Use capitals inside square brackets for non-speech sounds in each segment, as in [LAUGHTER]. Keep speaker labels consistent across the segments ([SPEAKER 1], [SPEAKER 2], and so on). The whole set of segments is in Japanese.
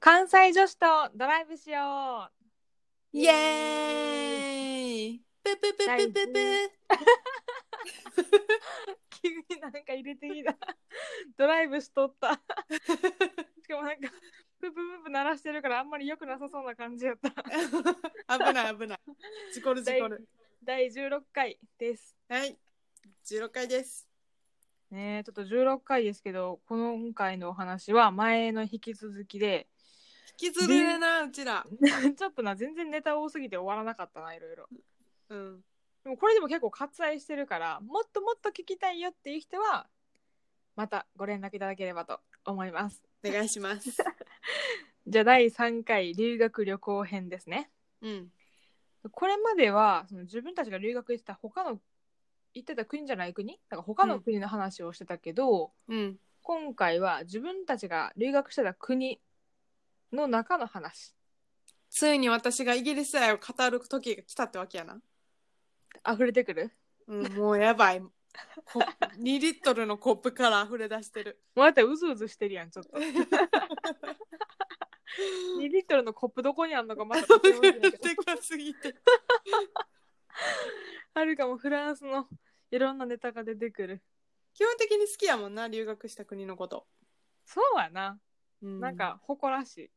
[SPEAKER 1] 関西女子とドライブしよ
[SPEAKER 2] イエーイププププププ
[SPEAKER 1] う急になんか入れてきたドライブしとったしかもなんかププププ鳴らしてるからあんまり良くなさそうな感じやった
[SPEAKER 2] 危ない危ない。事故る事故る。
[SPEAKER 1] 第16回です
[SPEAKER 2] はい。16回です。
[SPEAKER 1] ねえちょっと16回ですけどこの今回のお話は前の引き続きで [LAUGHS]
[SPEAKER 2] 引きずれるな、うちら。
[SPEAKER 1] ちょっとな全然ネタ多すぎて終わらなかったないろいろ
[SPEAKER 2] うん。
[SPEAKER 1] でもこれでも結構割愛してるからもっともっと聞きたいよっていう人はまたご連絡いただければと思います
[SPEAKER 2] お願い
[SPEAKER 1] [LAUGHS]
[SPEAKER 2] します。
[SPEAKER 1] じゃあ第3回留学旅行編ですね
[SPEAKER 2] うん。
[SPEAKER 1] これまではその自分たちが留学してた他の行ってた国じゃない国なんか他の国の話をしてたけど、
[SPEAKER 2] うん。
[SPEAKER 1] 今回は自分たちが留学してた国の中の話
[SPEAKER 2] ついに私がイギリス愛を語る時が来たってわけやな。
[SPEAKER 1] 溢れてくる [LAUGHS]
[SPEAKER 2] うん、もうやばい。コップ2リットルのコップから溢れ出してる。
[SPEAKER 1] もうだってうずうずしてるやんちょっ
[SPEAKER 2] [LAUGHS]
[SPEAKER 1] と2リットルのコップどこにあんのかま
[SPEAKER 2] [LAUGHS]
[SPEAKER 1] だ確認できないけど
[SPEAKER 2] でかすぎて。
[SPEAKER 1] はるかもフランスのいろんなネタが出てくる。
[SPEAKER 2] [LAUGHS] 基本的に好きやもんな、留学した国のこと。
[SPEAKER 1] そうやな。
[SPEAKER 2] う
[SPEAKER 1] なん。か誇らし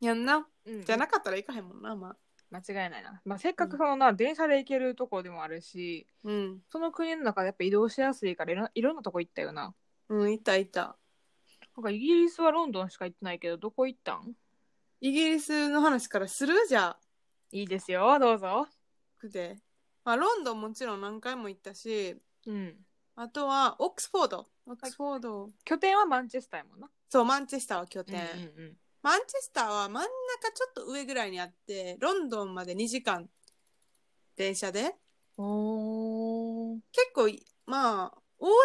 [SPEAKER 2] やんな。
[SPEAKER 1] い。うん
[SPEAKER 2] じゃなかったら行かへんもんな、まあ。
[SPEAKER 1] 間違いないな。まあ、せっかくそのな、電車で行けるとこでもあるし、
[SPEAKER 2] うん。
[SPEAKER 1] その国の中でやっぱ移動しやすいからいろいろんなとこ行ったよな。
[SPEAKER 2] うん、いたいた。
[SPEAKER 1] なんかイギリスはロンドンしか行ってないけど、どこ行ったん
[SPEAKER 2] イギリスの話からするじゃあ。
[SPEAKER 1] いいですよ、どうぞ。
[SPEAKER 2] で。まあ、ロンドンもちろん何回も行ったし、
[SPEAKER 1] うん。
[SPEAKER 2] あとはオックスフォード。オックスフォード。
[SPEAKER 1] 拠点はマンチェスターやもんな。
[SPEAKER 2] そう、マンチェスターは拠点。
[SPEAKER 1] うんうん
[SPEAKER 2] マンチェスターは真ん中ちょっと上ぐらいにあって、ロンドンまで2時間電車で。
[SPEAKER 1] うん。おー
[SPEAKER 2] 結構い、まあ、大阪、東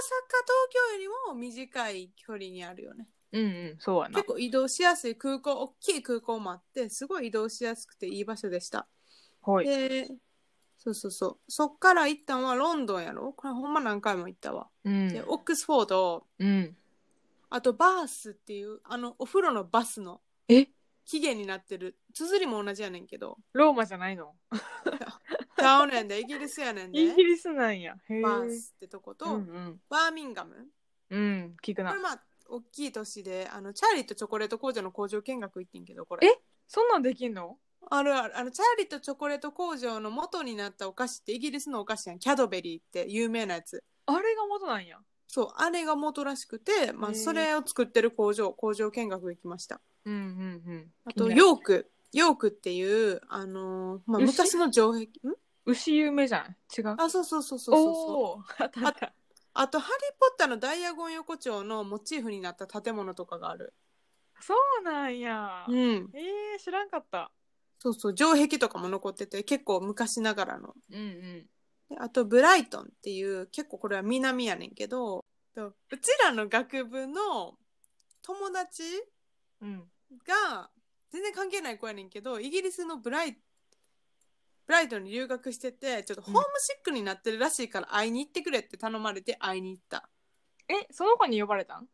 [SPEAKER 2] 京よりも短い距離にあるよね。
[SPEAKER 1] うんうん、そうやな
[SPEAKER 2] 結。構移動しやすい空港、大きい空港もあって、すごい移動しやすくていい場所でした。
[SPEAKER 1] はい。
[SPEAKER 2] で、そうそうそう。そっから一旦はロンドンやろこれほんま何回も行ったわ。
[SPEAKER 1] うん
[SPEAKER 2] で、。オックスフォード、
[SPEAKER 1] うん。
[SPEAKER 2] あとバースっていう、あの、お風呂のバスの
[SPEAKER 1] え
[SPEAKER 2] 起源になってる。綴りも同じやねん
[SPEAKER 1] [LAUGHS]
[SPEAKER 2] けど。
[SPEAKER 1] ローマじゃないの
[SPEAKER 2] ちゃうねんで、イギリスやねんで。
[SPEAKER 1] イギリスなんや。へえ。
[SPEAKER 2] バースってとこと、
[SPEAKER 1] うんうん。
[SPEAKER 2] バーミンガム。
[SPEAKER 1] うん、聞く
[SPEAKER 2] こ
[SPEAKER 1] な
[SPEAKER 2] れ。まあ、大きい都市で、あの、チャーリーとチョコレート工場の工場見学行ってんけど、これ。
[SPEAKER 1] えそんなんできんの
[SPEAKER 2] あるある。あの、チャーリーとチョコレート工場の元になったお菓子ってイギリスのお菓子やん。キャドベリーって有名なやつ。
[SPEAKER 1] あれが元なんや。
[SPEAKER 2] そう、あれが元らしくて、ま
[SPEAKER 1] へ
[SPEAKER 2] あ、
[SPEAKER 1] ー
[SPEAKER 2] それを作ってる工場、工場見学行きました。
[SPEAKER 1] うんうんうん。
[SPEAKER 2] あ
[SPEAKER 1] 気
[SPEAKER 2] と、
[SPEAKER 1] になる
[SPEAKER 2] ヨーク。ヨークっていう、あのーまあ、
[SPEAKER 1] 牛
[SPEAKER 2] 昔の城壁。ん
[SPEAKER 1] 牛有名じゃない違う。
[SPEAKER 2] あ、そうそうそうそうそうそう。
[SPEAKER 1] おおーあったあった。
[SPEAKER 2] あと、ハリー・ポッターのダイアゴン横丁のモチーフになった建物とかがある。
[SPEAKER 1] そうなんや。
[SPEAKER 2] うん。
[SPEAKER 1] ええ知らんかった。
[SPEAKER 2] そうそう、城壁とかも残ってて、結構昔ながらの。
[SPEAKER 1] うんうん。
[SPEAKER 2] であと、ブライトンっていう、結構これは南やねんけど、とうちらの学部の友達
[SPEAKER 1] うん。
[SPEAKER 2] が、全然関係ない子やねんけど、イギリスのブライ、ブライトンに留学してて、ちょっとホームシックになってるらしいから会いに行ってくれって頼まれて会いに行った。
[SPEAKER 1] え、その子に呼ばれたん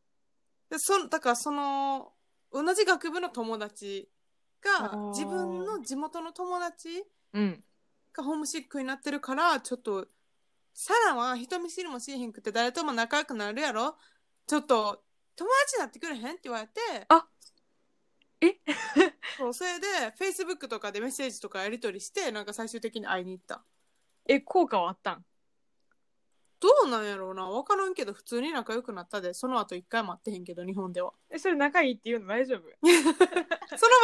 [SPEAKER 2] でそのだからその同じ学部の友達
[SPEAKER 1] あー
[SPEAKER 2] が自分の地元の友達
[SPEAKER 1] うん。
[SPEAKER 2] がホームシックになってるからちょっとサラは人見知りもしへんくて誰とも仲良くなるやろちょっと友達になってくれへんって言われて
[SPEAKER 1] あえ
[SPEAKER 2] [LAUGHS] そうそれでフェイスブックとかでメッセージとかやり取りしてなんか最終的に会いに行った
[SPEAKER 1] え、効果はあったん
[SPEAKER 2] どうなんやろうな分からんけど普通に仲良くなったでその後一回も会ってへんけど日本
[SPEAKER 1] [LAUGHS]
[SPEAKER 2] では
[SPEAKER 1] え、それ仲いいって言うの大丈夫
[SPEAKER 2] その場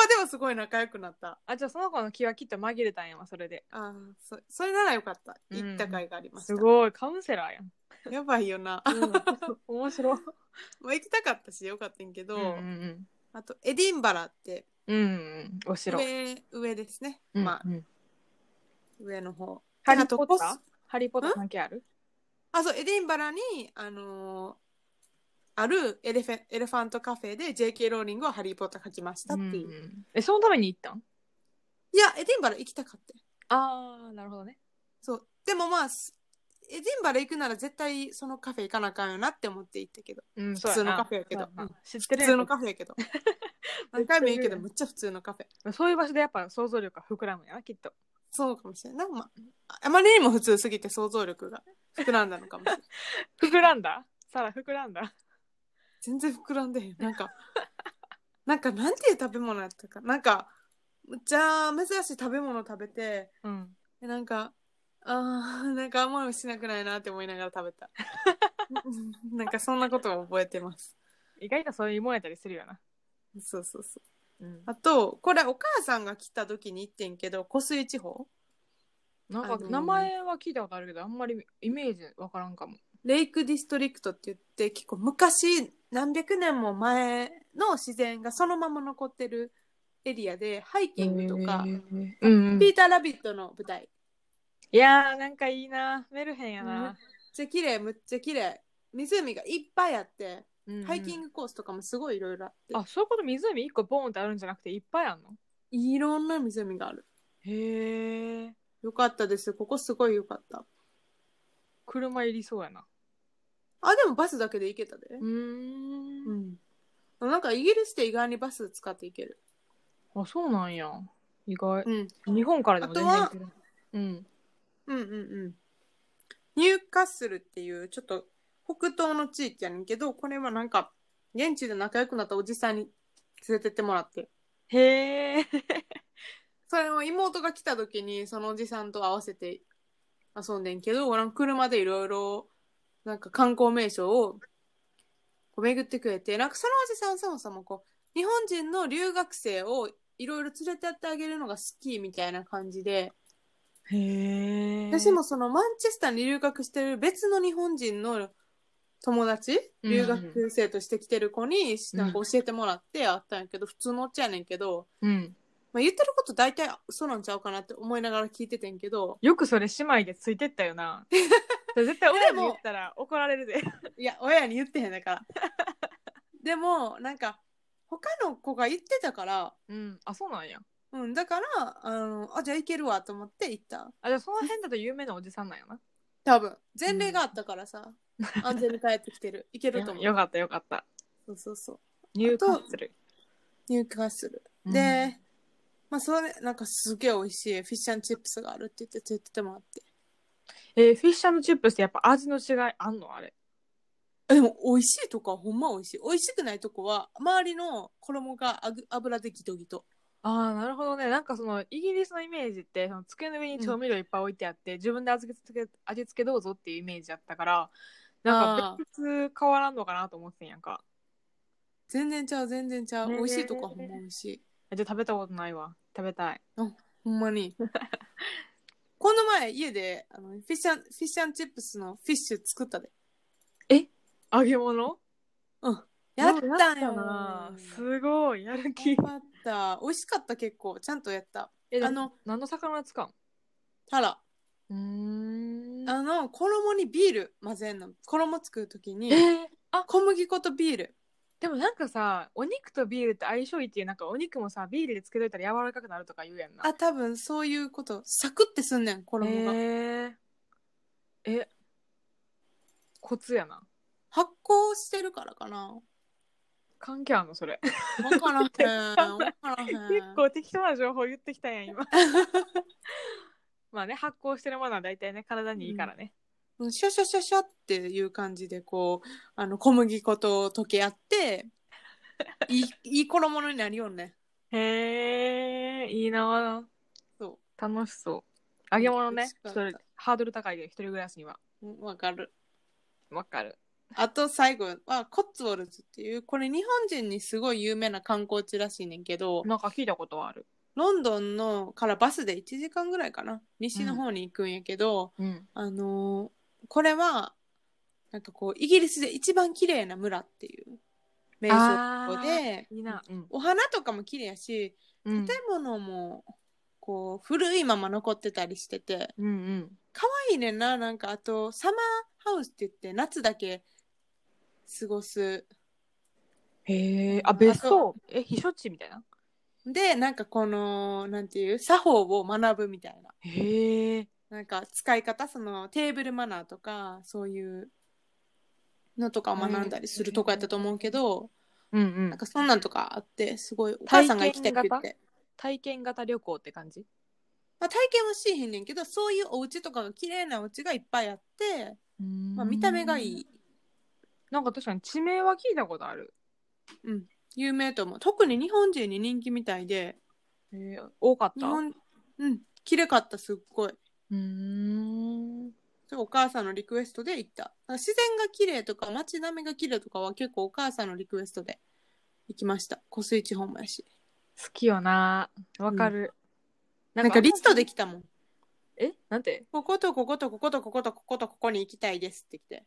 [SPEAKER 2] ではすごい仲良くなった
[SPEAKER 1] あ、じゃあその子の気はきっと紛れたんやわ、それで。
[SPEAKER 2] ああ、そ、それならよかった。
[SPEAKER 1] うん
[SPEAKER 2] 行った回がありました。
[SPEAKER 1] すごい、カウンセラーやん。
[SPEAKER 2] やばいよな。
[SPEAKER 1] [LAUGHS] 面白い。
[SPEAKER 2] まあ、行きたかったし、よかったんけど、
[SPEAKER 1] うん
[SPEAKER 2] あと、エディンバラって、
[SPEAKER 1] うん。うんうん。お城。
[SPEAKER 2] 上、上ですね。
[SPEAKER 1] うん
[SPEAKER 2] まあ、
[SPEAKER 1] うん
[SPEAKER 2] 上の方。
[SPEAKER 1] ハリ
[SPEAKER 2] あ
[SPEAKER 1] ー
[SPEAKER 2] と
[SPEAKER 1] ポッ
[SPEAKER 2] コ
[SPEAKER 1] ター
[SPEAKER 2] ス
[SPEAKER 1] ハリーポッター関係ある
[SPEAKER 2] あ、そう、エディンバラに、あのーあるエレフェエレファントカフェで JK ローリングをハリー・ポッター書きましたっていう。
[SPEAKER 1] うんうんえ、そのために行ったん
[SPEAKER 2] いや、エディンバラ行きたかった。
[SPEAKER 1] ああ、なるほどね。
[SPEAKER 2] そう。でもまあ、すエディンバラ行くなら絶対そのカフェ行かなあかんよなって思って行ったけど
[SPEAKER 1] うん、
[SPEAKER 2] 普通のカフェやけど
[SPEAKER 1] そうやな
[SPEAKER 2] うん
[SPEAKER 1] 知って
[SPEAKER 2] 普
[SPEAKER 1] る
[SPEAKER 2] 通
[SPEAKER 1] やん
[SPEAKER 2] のカフェ
[SPEAKER 1] [LAUGHS]
[SPEAKER 2] やけど何回も言うけどむっちゃ普通のカフェ
[SPEAKER 1] そういう場所でやっぱ想像力が膨らむんやなきっと
[SPEAKER 2] そうかもしれないなんか、まあ、あまりにも普通すぎて想像力が膨らんだのかもしれない
[SPEAKER 1] 膨らんだサラ膨らんだ
[SPEAKER 2] 全然膨らんでへんなんか [LAUGHS] なんかなんていう食べ物やったかなんかむっちゃ珍しい食べ物食べて
[SPEAKER 1] うん
[SPEAKER 2] えなんかあーなん [LAUGHS] かあんまりしなくないなって思いながら食べた [LAUGHS] うんなんかそんなことを覚えてます
[SPEAKER 1] 意外とそういうもんやったりするよな
[SPEAKER 2] そうそうそう
[SPEAKER 1] うん
[SPEAKER 2] あとこれお母さんが来た時に行ってんけど湖水地方
[SPEAKER 1] なんか
[SPEAKER 2] あのー
[SPEAKER 1] 名前は聞いたことあるけどあんまりイメージわからんかも
[SPEAKER 2] レイクディストリクトって言って結構昔何百年も前の自然がそのまま残ってるエリアでハイキングとか、
[SPEAKER 1] うんうん
[SPEAKER 2] ピーター・ラビットの舞台めっ
[SPEAKER 1] いやーなんかいいなメルヘンやな、
[SPEAKER 2] ちゃ綺麗むっちゃ綺麗湖がいっぱいあって、ハイキン
[SPEAKER 1] グ
[SPEAKER 2] グコースとかもすごいいろいろあって
[SPEAKER 1] あそういうこと湖一個ボーンってあるんじゃなくていっぱいあんの
[SPEAKER 2] いろんな湖がある
[SPEAKER 1] へえ
[SPEAKER 2] よかったですここすごいよかった
[SPEAKER 1] 車いりそうやな
[SPEAKER 2] あでもバスだけで行けたで、
[SPEAKER 1] うーん
[SPEAKER 2] んなんかイギリスって意外にバス使って行ける
[SPEAKER 1] あそうなんや意外
[SPEAKER 2] うん
[SPEAKER 1] 日本からでも全然行けるうん
[SPEAKER 2] うんうんうん。ニューカッスルっていうちょっと北東の地域やねんけど、これはなんか現地で仲良くなったおじさんに連れてってもらって、
[SPEAKER 1] へえ
[SPEAKER 2] それを妹が来た時にそのおじさんと合わせて遊んでんけど、俺の車でいろいろなんか観光名所をこう巡ってくれて、なんかそのおじさんそもそもこう、日本人の留学生をいろいろ連れてってあげるのが好きみたいな感じで、
[SPEAKER 1] へえ
[SPEAKER 2] 私もそのマンチェスターに留学してる別の日本人の友達
[SPEAKER 1] うん
[SPEAKER 2] 留学生として来てる子に
[SPEAKER 1] うん
[SPEAKER 2] なんか教えてもらってあったんやけど、普通のおっちゃんやねんけど、
[SPEAKER 1] うん
[SPEAKER 2] まあ、言ってること大体そうなんちゃうかなって思いながら聞いててんけど
[SPEAKER 1] よくそれ姉妹でついてったよ [LAUGHS] なそれ絶対親に言ったら怒られるで
[SPEAKER 2] いや親に言ってへんだからでもなんか他の子が言ってたから、
[SPEAKER 1] うんあそうなんや
[SPEAKER 2] うん、だからあのあじゃあ行けるわと思って行った
[SPEAKER 1] あじゃあその辺だと有名なおじさんなんやな
[SPEAKER 2] 多分前例があったからさ、安全に帰ってきてる行けると思
[SPEAKER 1] よ
[SPEAKER 2] う
[SPEAKER 1] かったよかった
[SPEAKER 2] そうそうそう
[SPEAKER 1] 入荷する
[SPEAKER 2] 入荷するで、まあそれなんかすげえ美味しいフィッシュチップスがあるって言って連れてってもらって
[SPEAKER 1] えーフィッシュチップスってやっぱ味の違いあんのあれ
[SPEAKER 2] えでも美味しいとこはほんま美味しい美味しくないとこは周りの衣があぐ油でギトギト
[SPEAKER 1] ああなるほどねなんかそのイギリスのイメージってその机の上に調味料いっぱい置いてあって、自分で味付け味付けどうぞっていうイメージだったからなん
[SPEAKER 2] あ
[SPEAKER 1] か別々変わらんのかなと思ってんやんか
[SPEAKER 2] 全然ちゃう全然ちゃう
[SPEAKER 1] ね
[SPEAKER 2] 美味しいとこはほんま美味しい
[SPEAKER 1] じゃあ食べたことないわ食べたい
[SPEAKER 2] ほんまに [LAUGHS] この前家であのフィッシュフィッシュチップスのフィッシュ作ったで
[SPEAKER 1] 揚げ物
[SPEAKER 2] やったんよ
[SPEAKER 1] なすごいやる気
[SPEAKER 2] 頑張った美味しかった結構ちゃんとやった
[SPEAKER 1] え
[SPEAKER 2] あ
[SPEAKER 1] あの
[SPEAKER 2] の
[SPEAKER 1] 何の魚使う
[SPEAKER 2] たら
[SPEAKER 1] んうーん
[SPEAKER 2] あの衣にビール混ぜんの衣作る時に
[SPEAKER 1] えーあ
[SPEAKER 2] 小麦粉とビール
[SPEAKER 1] でもなんかさお肉とビールって相性いいっていうなんかお肉もさビールでつけといたら柔らかくなるとか言うやんな
[SPEAKER 2] あ多分そういうことサクってすんねん衣が、
[SPEAKER 1] えー、えコツやな
[SPEAKER 2] 発酵してるからかな
[SPEAKER 1] 関係あんのそれ
[SPEAKER 2] 分からへん分からへん
[SPEAKER 1] 結 [LAUGHS] 構適当な情報言ってきたやん [LAUGHS] 今まあね発酵してるものは大体ね体にいいからね、
[SPEAKER 2] うんシャシャシャシャっていう感じでこうあの小麦粉と溶け
[SPEAKER 1] [LAUGHS]
[SPEAKER 2] 合っていいいい衣になるよね
[SPEAKER 1] へえいいな
[SPEAKER 2] そ
[SPEAKER 1] 楽しそう揚げ物
[SPEAKER 2] 美
[SPEAKER 1] ね
[SPEAKER 2] 味しか
[SPEAKER 1] 一
[SPEAKER 2] った
[SPEAKER 1] 人ハードル高いで一人暮らしには
[SPEAKER 2] ううんわかる
[SPEAKER 1] わかる
[SPEAKER 2] あと最後はコッツウォルズっていうこれ日本人にすごい有名な観光地らしいねんけど
[SPEAKER 1] なんか聞いたことはある
[SPEAKER 2] ロンドンのからバスで1時間ぐらいかな西の方に行くんやけど、
[SPEAKER 1] うん
[SPEAKER 2] あのーこれは、なんかこう、イギリスで一番綺麗な村っていう名所で、
[SPEAKER 1] いいなうん、
[SPEAKER 2] お花とかも綺麗やし、
[SPEAKER 1] うん、
[SPEAKER 2] 建物も、こう、古いまま残ってたりしてて、
[SPEAKER 1] うんうん
[SPEAKER 2] いいねんな、なんかあと、サマーハウスって言って、夏だけ過ごす。
[SPEAKER 1] へえあ別荘え避暑地みたいな
[SPEAKER 2] で、なんかこの、なんていう、作法を学ぶみたいな。
[SPEAKER 1] へえ
[SPEAKER 2] なんか使い方、そのテーブルマナーとか、そういうのとかを学んだりするとこやったと思うけど、
[SPEAKER 1] うんう
[SPEAKER 2] なん
[SPEAKER 1] ん
[SPEAKER 2] かそんなんとかあって、すごい、お母さんが行きたいって言って。
[SPEAKER 1] 体験型旅行って感じ
[SPEAKER 2] まあ、体験はしへんねんけど、そういうお家とかが綺麗なお家がいっぱいあって、まあ、見た目がいい。
[SPEAKER 1] なんか確かに地名は聞いたことある、
[SPEAKER 2] 有名と思う。特に日本人に人気みたいで、
[SPEAKER 1] えー、多かっ
[SPEAKER 2] 日
[SPEAKER 1] た
[SPEAKER 2] 本、うん、綺麗かった、すっごい。
[SPEAKER 1] うん
[SPEAKER 2] それお母さんのリクエストで行った。だから自然が綺麗とか、街並みが綺麗とかは結構お母さんのリクエストで行きました。湖水地方もやし。
[SPEAKER 1] 好きよなわかる、
[SPEAKER 2] なんかリストできたもん。
[SPEAKER 1] えなんて
[SPEAKER 2] こことこことこことこことこことここに行きたいですって来て。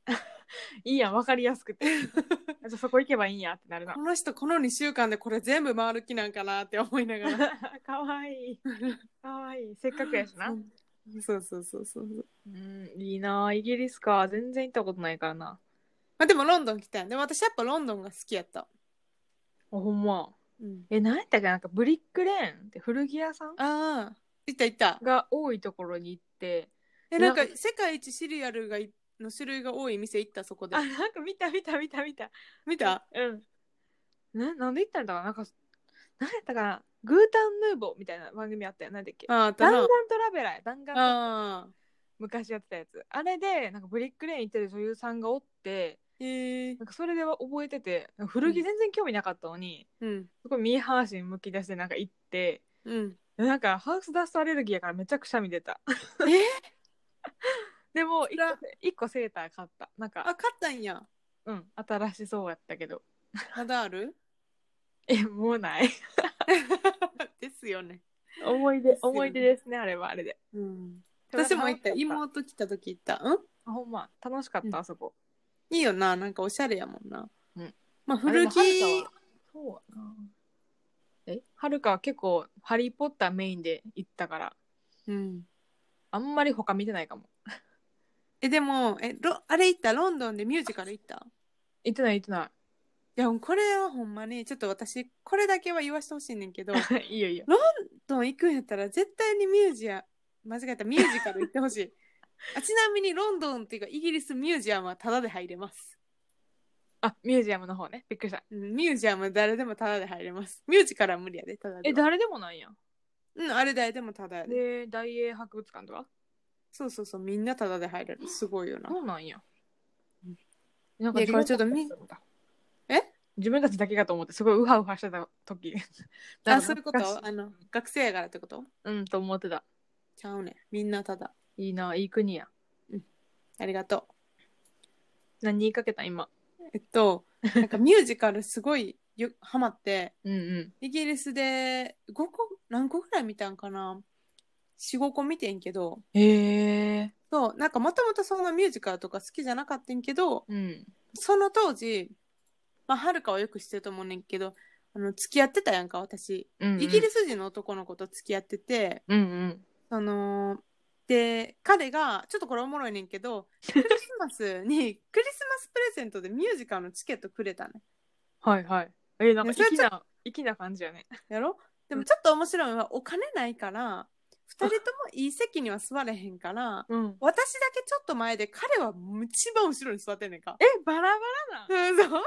[SPEAKER 1] いいやんわかりやすく [LAUGHS] てあじゃあそこ行けばいいんやってなるな [LAUGHS]
[SPEAKER 2] この人この2週間でこれ全部回る気なんかなって思いなが [LAUGHS] ら。
[SPEAKER 1] かわいいかわいいせっかくやしな
[SPEAKER 2] そうそうそうそう。
[SPEAKER 1] うんいいなイギリスか全然行ったことないからな
[SPEAKER 2] まあでもロンドン来たんで、私やっぱロンドンが好きやった。
[SPEAKER 1] あほんま
[SPEAKER 2] うん、
[SPEAKER 1] え何やったっけなんかブリックレーンって古着屋さん
[SPEAKER 2] ああ、行った行った。
[SPEAKER 1] が多いところに行って
[SPEAKER 2] え、なんか世界一シリアルがいの種類が多い店行ったそこで
[SPEAKER 1] あ。なんか見た見た見た見た
[SPEAKER 2] 見た
[SPEAKER 1] うんななんで行ったんだかななんか何やったかなグータンヌーボーみたいな番組あったよなんだっけ
[SPEAKER 2] ああ、あった
[SPEAKER 1] 弾
[SPEAKER 2] な
[SPEAKER 1] 丸トラベラーや弾丸トラベラー
[SPEAKER 2] ああ。
[SPEAKER 1] 昔やってたやつあれでなんかブリックレーン行ってる女優さんがおって
[SPEAKER 2] へえ
[SPEAKER 1] なんかそれでは覚えてて古着全然興味なかったのに、
[SPEAKER 2] うん。
[SPEAKER 1] すごいミーハー心むき出してなんか行って
[SPEAKER 2] うん。
[SPEAKER 1] でなんかハウスダストアレルギーやからめっちゃくしゃみ出た
[SPEAKER 2] え
[SPEAKER 1] [LAUGHS] でも一
[SPEAKER 2] ら
[SPEAKER 1] 個一個セーター買ったなん
[SPEAKER 2] あ、買
[SPEAKER 1] か
[SPEAKER 2] ったんや。
[SPEAKER 1] うん新しそうやったけど [LAUGHS]
[SPEAKER 2] まだある
[SPEAKER 1] えもうない
[SPEAKER 2] [LAUGHS] ですよね。
[SPEAKER 1] 思い
[SPEAKER 2] で
[SPEAKER 1] 出
[SPEAKER 2] すよ
[SPEAKER 1] [LAUGHS]
[SPEAKER 2] ね
[SPEAKER 1] 思い出ですねあれはあれで
[SPEAKER 2] うん。私も行った。
[SPEAKER 1] でなんか
[SPEAKER 2] 妹来た時行った。うん
[SPEAKER 1] あほんま楽しかった、あそこ
[SPEAKER 2] いいよな。なんかおしゃれやもんな。
[SPEAKER 1] うん。
[SPEAKER 2] まあ古着
[SPEAKER 1] あ。でもはるかはそうやなえはるかは結構「ハリー・ポッター」メインで行ったから
[SPEAKER 2] うん。
[SPEAKER 1] あんまり他見てないかも
[SPEAKER 2] え、でも、え、ロあれ行ったロンドンでミュージカル行った
[SPEAKER 1] 行ってない行ってない
[SPEAKER 2] や、これはほんまに、ちょっと私、これだけは言わしてほしいねんけど、ロン
[SPEAKER 1] [LAUGHS] いいいよいいよ
[SPEAKER 2] ドン行くんやったら絶対にミュージア、間違えた、ミュージカル行ってほしい。 [LAUGHS] あちなみにロンドンっていうかイギリスミュージアムはタダで入れます。
[SPEAKER 1] あミュージアムの方ねびっくりした
[SPEAKER 2] うんミュージアムは誰でもタダで入れます。ミュージカルは無理やで、タダで
[SPEAKER 1] え
[SPEAKER 2] は。
[SPEAKER 1] 誰でもなんや
[SPEAKER 2] うん、あれ誰でもタダやで。
[SPEAKER 1] で大英博物館とか
[SPEAKER 2] そうそうそう、みんなタダで入れる。すごいよな。
[SPEAKER 1] そうなんや
[SPEAKER 2] うん
[SPEAKER 1] なん
[SPEAKER 2] いやこれちょっと
[SPEAKER 1] 自
[SPEAKER 2] み
[SPEAKER 1] 分たちだ
[SPEAKER 2] え
[SPEAKER 1] 自分たちだけかと思ってすごいうハウハして [LAUGHS] た時
[SPEAKER 2] あ、そういうこ
[SPEAKER 1] なんか
[SPEAKER 2] と
[SPEAKER 1] 懐かし
[SPEAKER 2] あの、学生やからってこと
[SPEAKER 1] うんと思ってた
[SPEAKER 2] ちゃうねん。みんなタダ。
[SPEAKER 1] いいないい国や
[SPEAKER 2] ありがとう。
[SPEAKER 1] 何言いかけた今
[SPEAKER 2] えっと、なんかミュージカルすごいよハマって、
[SPEAKER 1] うんうん
[SPEAKER 2] イギリスで5個、何個ぐらい見たんかな ?4、5個見てんけど、
[SPEAKER 1] へえ
[SPEAKER 2] そう、なんかもともとそんなミュージカルとか好きじゃなかったんけど、
[SPEAKER 1] うん
[SPEAKER 2] その当時、まあ、はるかはよく知ってると思うねんけど、あの、付き合ってたやんか、私。
[SPEAKER 1] うん
[SPEAKER 2] イギリス人の男の子と付き合ってて、
[SPEAKER 1] うんうん
[SPEAKER 2] その、で、彼が、ちょっとこれおもろいねんけど、クリスマスに、クリスマスプレゼントでミュージカルのチケットくれたね。
[SPEAKER 1] はいはいえなんか
[SPEAKER 2] ねそれ
[SPEAKER 1] 粋な粋な感じやね
[SPEAKER 2] やろで
[SPEAKER 1] う
[SPEAKER 2] も
[SPEAKER 1] ん
[SPEAKER 2] ちょっと面白いのはお金ないから2人ともいい席には座れへんから
[SPEAKER 1] うん
[SPEAKER 2] 私だけちょっと前で彼は一番後ろに座ってんねんか。
[SPEAKER 1] えバラバラなん
[SPEAKER 2] うん [LAUGHS] そう
[SPEAKER 1] かわ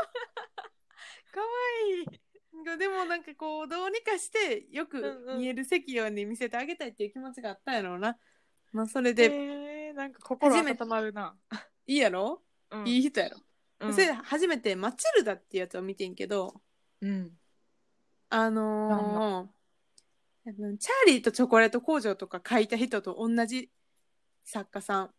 [SPEAKER 1] いい
[SPEAKER 2] でもなんかこうどうにかしてよく
[SPEAKER 1] うんうん
[SPEAKER 2] 見える席ように見せてあげたいっていう気持ちがあったんやろうな。まあそれで、
[SPEAKER 1] で、なんか心
[SPEAKER 2] 初めて
[SPEAKER 1] 温まるな。
[SPEAKER 2] いいやろ、
[SPEAKER 1] うん
[SPEAKER 2] いい人やろ。
[SPEAKER 1] うん
[SPEAKER 2] それで初めてマチルダっていうやつを見てんけど
[SPEAKER 1] うん。
[SPEAKER 2] あのーあのチャーリーとチョコレート工場とか書いた人と同じ作家さん。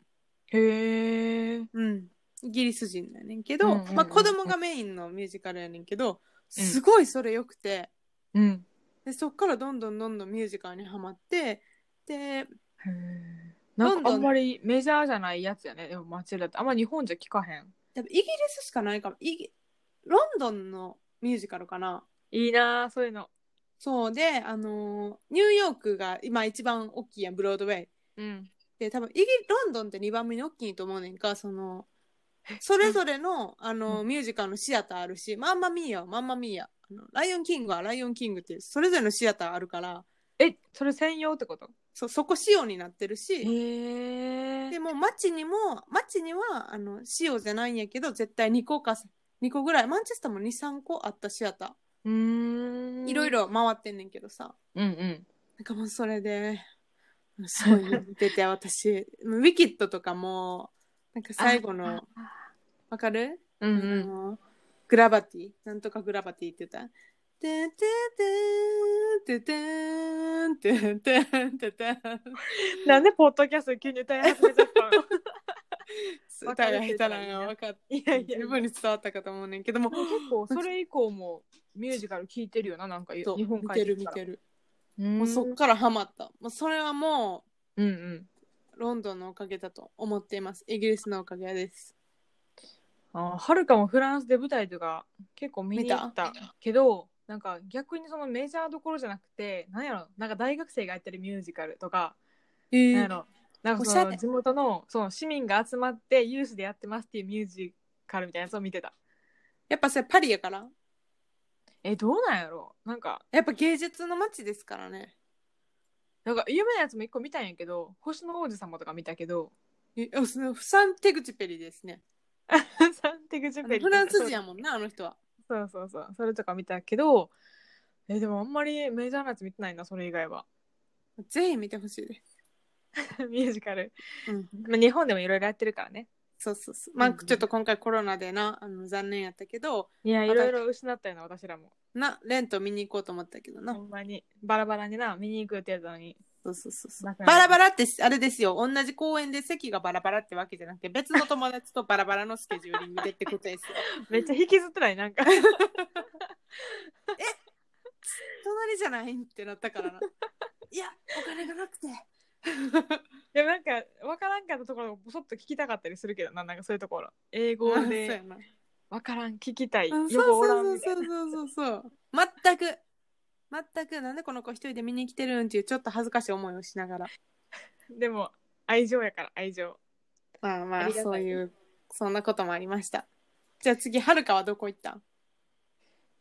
[SPEAKER 1] へえ。
[SPEAKER 2] うん、イギリス人やねんけど、
[SPEAKER 1] うんうんうん
[SPEAKER 2] まあ、子供がメインのミュージカルやねんけどすごいそれ良くて、
[SPEAKER 1] うん。
[SPEAKER 2] でそっからどんどんどんどんミュージカルにはまってで
[SPEAKER 1] な
[SPEAKER 2] ど
[SPEAKER 1] ん
[SPEAKER 2] ん
[SPEAKER 1] か
[SPEAKER 2] どん
[SPEAKER 1] あんまりメジャーじゃないやつやね。でもマチルダってあんま日本じゃ聞かへん。
[SPEAKER 2] 多分イギリスしかないかもイギロンドンのミュージカルかない
[SPEAKER 1] いなあそういうの。
[SPEAKER 2] そうで、あのーニューヨークが今一番大きいやんブロードウェイ
[SPEAKER 1] うん。
[SPEAKER 2] で多分イギリロンドンって2番目に大きいと思うねんかそのそれぞれの、あのー
[SPEAKER 1] う
[SPEAKER 2] ミュージカルのシアターあるし、マンマミーヤはマンマミーヤあのライオンキングはライオンキングっていうそれぞれのシアターあるから
[SPEAKER 1] え、それ専用ってこと？
[SPEAKER 2] そうそこ仕様になってるし、
[SPEAKER 1] へえ
[SPEAKER 2] でも街にも街にはあの仕様じゃないんやけど絶対2個か2個ぐらいマンチェスターも23個あったシアタ
[SPEAKER 1] うーん
[SPEAKER 2] ーいろいろ回ってんねんけどさ
[SPEAKER 1] うんうん
[SPEAKER 2] なんかもうそれ
[SPEAKER 1] [LAUGHS]
[SPEAKER 2] ですごい出て私もうウィキッドとかもなんか最後のわかる、
[SPEAKER 1] うんう
[SPEAKER 2] あ
[SPEAKER 1] ん
[SPEAKER 2] のグラバティなんとかグラバティって言ったら「てんてんてんてんてんてんてんてんてん」
[SPEAKER 1] なんでポッドキャスト急に歌い始めちゃったの
[SPEAKER 2] 伝えられたらな分かっ
[SPEAKER 1] [LAUGHS] いやいや
[SPEAKER 2] 十分に伝わったかと思うねんけども
[SPEAKER 1] 結構それ以降もミュージカル聴いてるよななんか日
[SPEAKER 2] そう
[SPEAKER 1] 本
[SPEAKER 2] 見
[SPEAKER 1] 帰
[SPEAKER 2] て
[SPEAKER 1] って
[SPEAKER 2] る
[SPEAKER 1] き
[SPEAKER 2] 見
[SPEAKER 1] たら
[SPEAKER 2] てる
[SPEAKER 1] うん
[SPEAKER 2] もうそっからハマったもうそれはも
[SPEAKER 1] うんうん
[SPEAKER 2] うロンドンのおかげだと思っていますイギリスのおかげです
[SPEAKER 1] あーはるかもフランスで舞台とか結構見に行ったけどなんか逆にそのメジャーどころじゃなくてなんやろなんか大学生がやってるミュージカルとか、
[SPEAKER 2] え
[SPEAKER 1] なんやろなんかそ
[SPEAKER 2] おしゃ
[SPEAKER 1] の
[SPEAKER 2] れ
[SPEAKER 1] 地元のその市民が集まってユースでやってますっていうミュージカルみたいなやつを見てた
[SPEAKER 2] やっぱそれパリやから
[SPEAKER 1] えどうなんやろなんか
[SPEAKER 2] やっぱ芸術の街ですからね
[SPEAKER 1] なんか有名なやつも一個見たんやけど「星の王子様」とか見たけど [LAUGHS]
[SPEAKER 2] えあそのフサンテグチュペリですね
[SPEAKER 1] サンテグジ
[SPEAKER 2] あ
[SPEAKER 1] ュ
[SPEAKER 2] の
[SPEAKER 1] ペリ
[SPEAKER 2] フランス人やもんなあの人は
[SPEAKER 1] そうそうそう。それとか見たけど、え、でもあんまりメジャーなやつ見てないな、それ以外は。 [LAUGHS]
[SPEAKER 2] ぜひ見てほしいで
[SPEAKER 1] ミュージカル。
[SPEAKER 2] す、うん、
[SPEAKER 1] まあ、日本でもいろいろやってるからね。
[SPEAKER 2] そうそうそうまあ、
[SPEAKER 1] うんうん
[SPEAKER 2] ちょっと今回コロナでなあの残念やったけど
[SPEAKER 1] いや、
[SPEAKER 2] ま
[SPEAKER 1] い
[SPEAKER 2] た
[SPEAKER 1] ろいろ失ったよな、私らも。
[SPEAKER 2] なレント見に行こうと思ったけどな、
[SPEAKER 1] ほんまに。バラバラにな、見に行く予定だったのに。
[SPEAKER 2] そうそうそうそう
[SPEAKER 1] なくなる
[SPEAKER 2] バラバラってあれですよ同じ公園で席がバラバラってわけじゃなくて別の友達とバラバラのスケジューリングでってこと [LAUGHS] ですよ
[SPEAKER 1] めっちゃ引きずってない、なんか。 [LAUGHS]
[SPEAKER 2] 隣じゃないってなった [LAUGHS] からないやお金がなくて
[SPEAKER 1] でもなんか、わからんかったところをぼそっと聞きたかったりするけどな、なんかそういうところ。英
[SPEAKER 2] そ
[SPEAKER 1] 語
[SPEAKER 2] うや
[SPEAKER 1] で、
[SPEAKER 2] な
[SPEAKER 1] わからん、聞きたい。
[SPEAKER 2] う
[SPEAKER 1] よ
[SPEAKER 2] ん
[SPEAKER 1] く
[SPEAKER 2] そう
[SPEAKER 1] おら
[SPEAKER 2] そ
[SPEAKER 1] ん
[SPEAKER 2] う
[SPEAKER 1] みた
[SPEAKER 2] そ
[SPEAKER 1] いうな。
[SPEAKER 2] そうそうそう全く全くなんでこの子一人で見に来てるんっていうちょっと恥ずかしい思いをしながら
[SPEAKER 1] でも、愛情やから、愛情。
[SPEAKER 2] まあま
[SPEAKER 1] あ
[SPEAKER 2] あ
[SPEAKER 1] りがたい
[SPEAKER 2] そういうそんなこともありましたじゃあ次はるかはどこ行ったん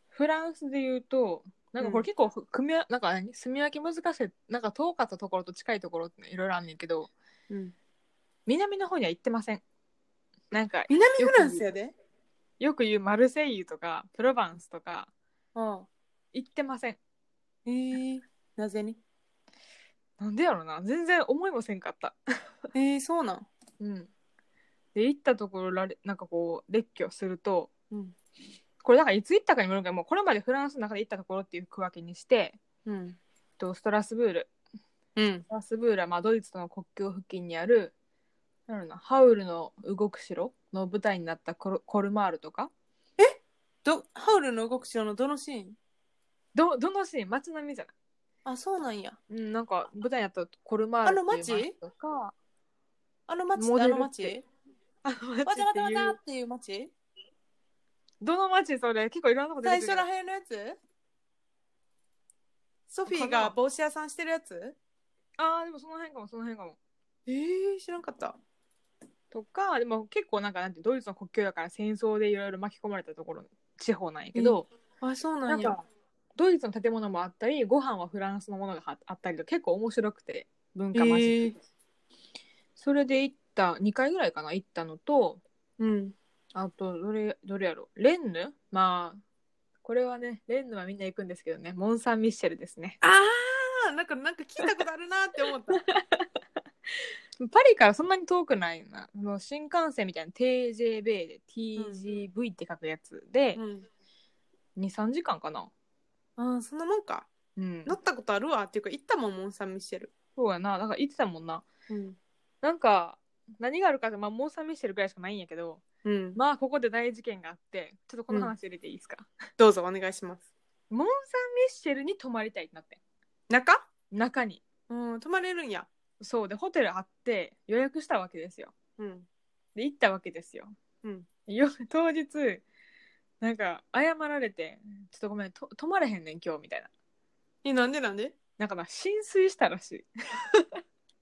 [SPEAKER 1] フランスで言うと、なんかこ
[SPEAKER 2] うん
[SPEAKER 1] れ結構組みわ、なんか何住み分け難しい、なんか遠かったところと近いところっていろいろあんねんけど、
[SPEAKER 2] うん
[SPEAKER 1] 南の方には行ってません。なんか、
[SPEAKER 2] 南フランスやで
[SPEAKER 1] よく言うマルセイユとか、プロバンスとか、
[SPEAKER 2] うん
[SPEAKER 1] 行ってません。
[SPEAKER 2] えー、なぜに
[SPEAKER 1] なんでやろな全然思いもせんかった。
[SPEAKER 2] えー、そうなん
[SPEAKER 1] うん。で、行ったところられ、なんかこう、列挙すると、
[SPEAKER 2] うん
[SPEAKER 1] これだからいつ行ったかにもよるけど、もうこれまでフランスの中で行ったところっていう区分けにして、
[SPEAKER 2] うん
[SPEAKER 1] えっとストラスブール、
[SPEAKER 2] うん
[SPEAKER 1] ラスブーラ、まあ、ドイツとの国境付近にあるなんだろうなハウルの動く城の舞台になったコルコルマールとか
[SPEAKER 2] どハウルの動く城のどのシーン
[SPEAKER 1] どどのシーン街並みじゃ
[SPEAKER 2] あそうなんや
[SPEAKER 1] ない、うん、なんか舞台になったコルマールっていう
[SPEAKER 2] あの
[SPEAKER 1] 街
[SPEAKER 2] 街
[SPEAKER 1] とか
[SPEAKER 2] あの町っ
[SPEAKER 1] モ
[SPEAKER 2] て
[SPEAKER 1] デ
[SPEAKER 2] あ
[SPEAKER 1] ルっ
[SPEAKER 2] の
[SPEAKER 1] て
[SPEAKER 2] 町
[SPEAKER 1] あの街っ
[SPEAKER 2] わ
[SPEAKER 1] て
[SPEAKER 2] ざわざわ
[SPEAKER 1] い
[SPEAKER 2] ざ
[SPEAKER 1] う
[SPEAKER 2] っていう町
[SPEAKER 1] どの街それ結構いろんなこと出
[SPEAKER 2] 最
[SPEAKER 1] てくる
[SPEAKER 2] 初らへんのやつソフィーが帽子屋さんしてるやつ
[SPEAKER 1] あーでもその辺かもその辺かも
[SPEAKER 2] えー、知らんかった
[SPEAKER 1] とかでも結構なんかなんてドイツの国境だから戦争でいろいろ巻き込まれたところ地方なんやけど、
[SPEAKER 2] あそうな
[SPEAKER 1] なんん
[SPEAKER 2] や
[SPEAKER 1] かドイツの建物もあったりご飯はフランスのものがあったりと結構面白くて文化マジックでそれで行った2回ぐらいかな行ったのと
[SPEAKER 2] うん
[SPEAKER 1] あとどれどれやろレンヌまあこれはねレンヌはみんな行くんですけどねモン・サン・ミッシェルですね
[SPEAKER 2] あーなんかなんか聞いたことあるなって思った
[SPEAKER 1] パリからそんなに遠くないなあの新幹線みたいな TJB で TGV って書くやつで
[SPEAKER 2] [LAUGHS] うん
[SPEAKER 1] 23時間かな
[SPEAKER 2] あーそんなもんか
[SPEAKER 1] うん
[SPEAKER 2] 乗ったことあるわっていうか行ったもんモン・サン・ミシェル、
[SPEAKER 1] そうやななんか行ってたもんな
[SPEAKER 2] うん
[SPEAKER 1] なんか何があるかって、まあ、モン・サン・ミッシェルぐらいしかないんやけど
[SPEAKER 2] うん、
[SPEAKER 1] まあここで大事件があってちょっとこの話入れていいですか、
[SPEAKER 2] どうぞお願いします
[SPEAKER 1] モン・サン・ミッシェルに泊まりたいってなって
[SPEAKER 2] 中
[SPEAKER 1] 中に
[SPEAKER 2] うん泊まれるんや
[SPEAKER 1] そうでホテルあって予約したわけですよ
[SPEAKER 2] うん
[SPEAKER 1] で行ったわけですよ,、
[SPEAKER 2] うん
[SPEAKER 1] よ当日なんか謝られて「ちょっとごめんと泊まれへんねん今日」みたいな
[SPEAKER 2] えなんでなんで
[SPEAKER 1] なんかな浸水したらしい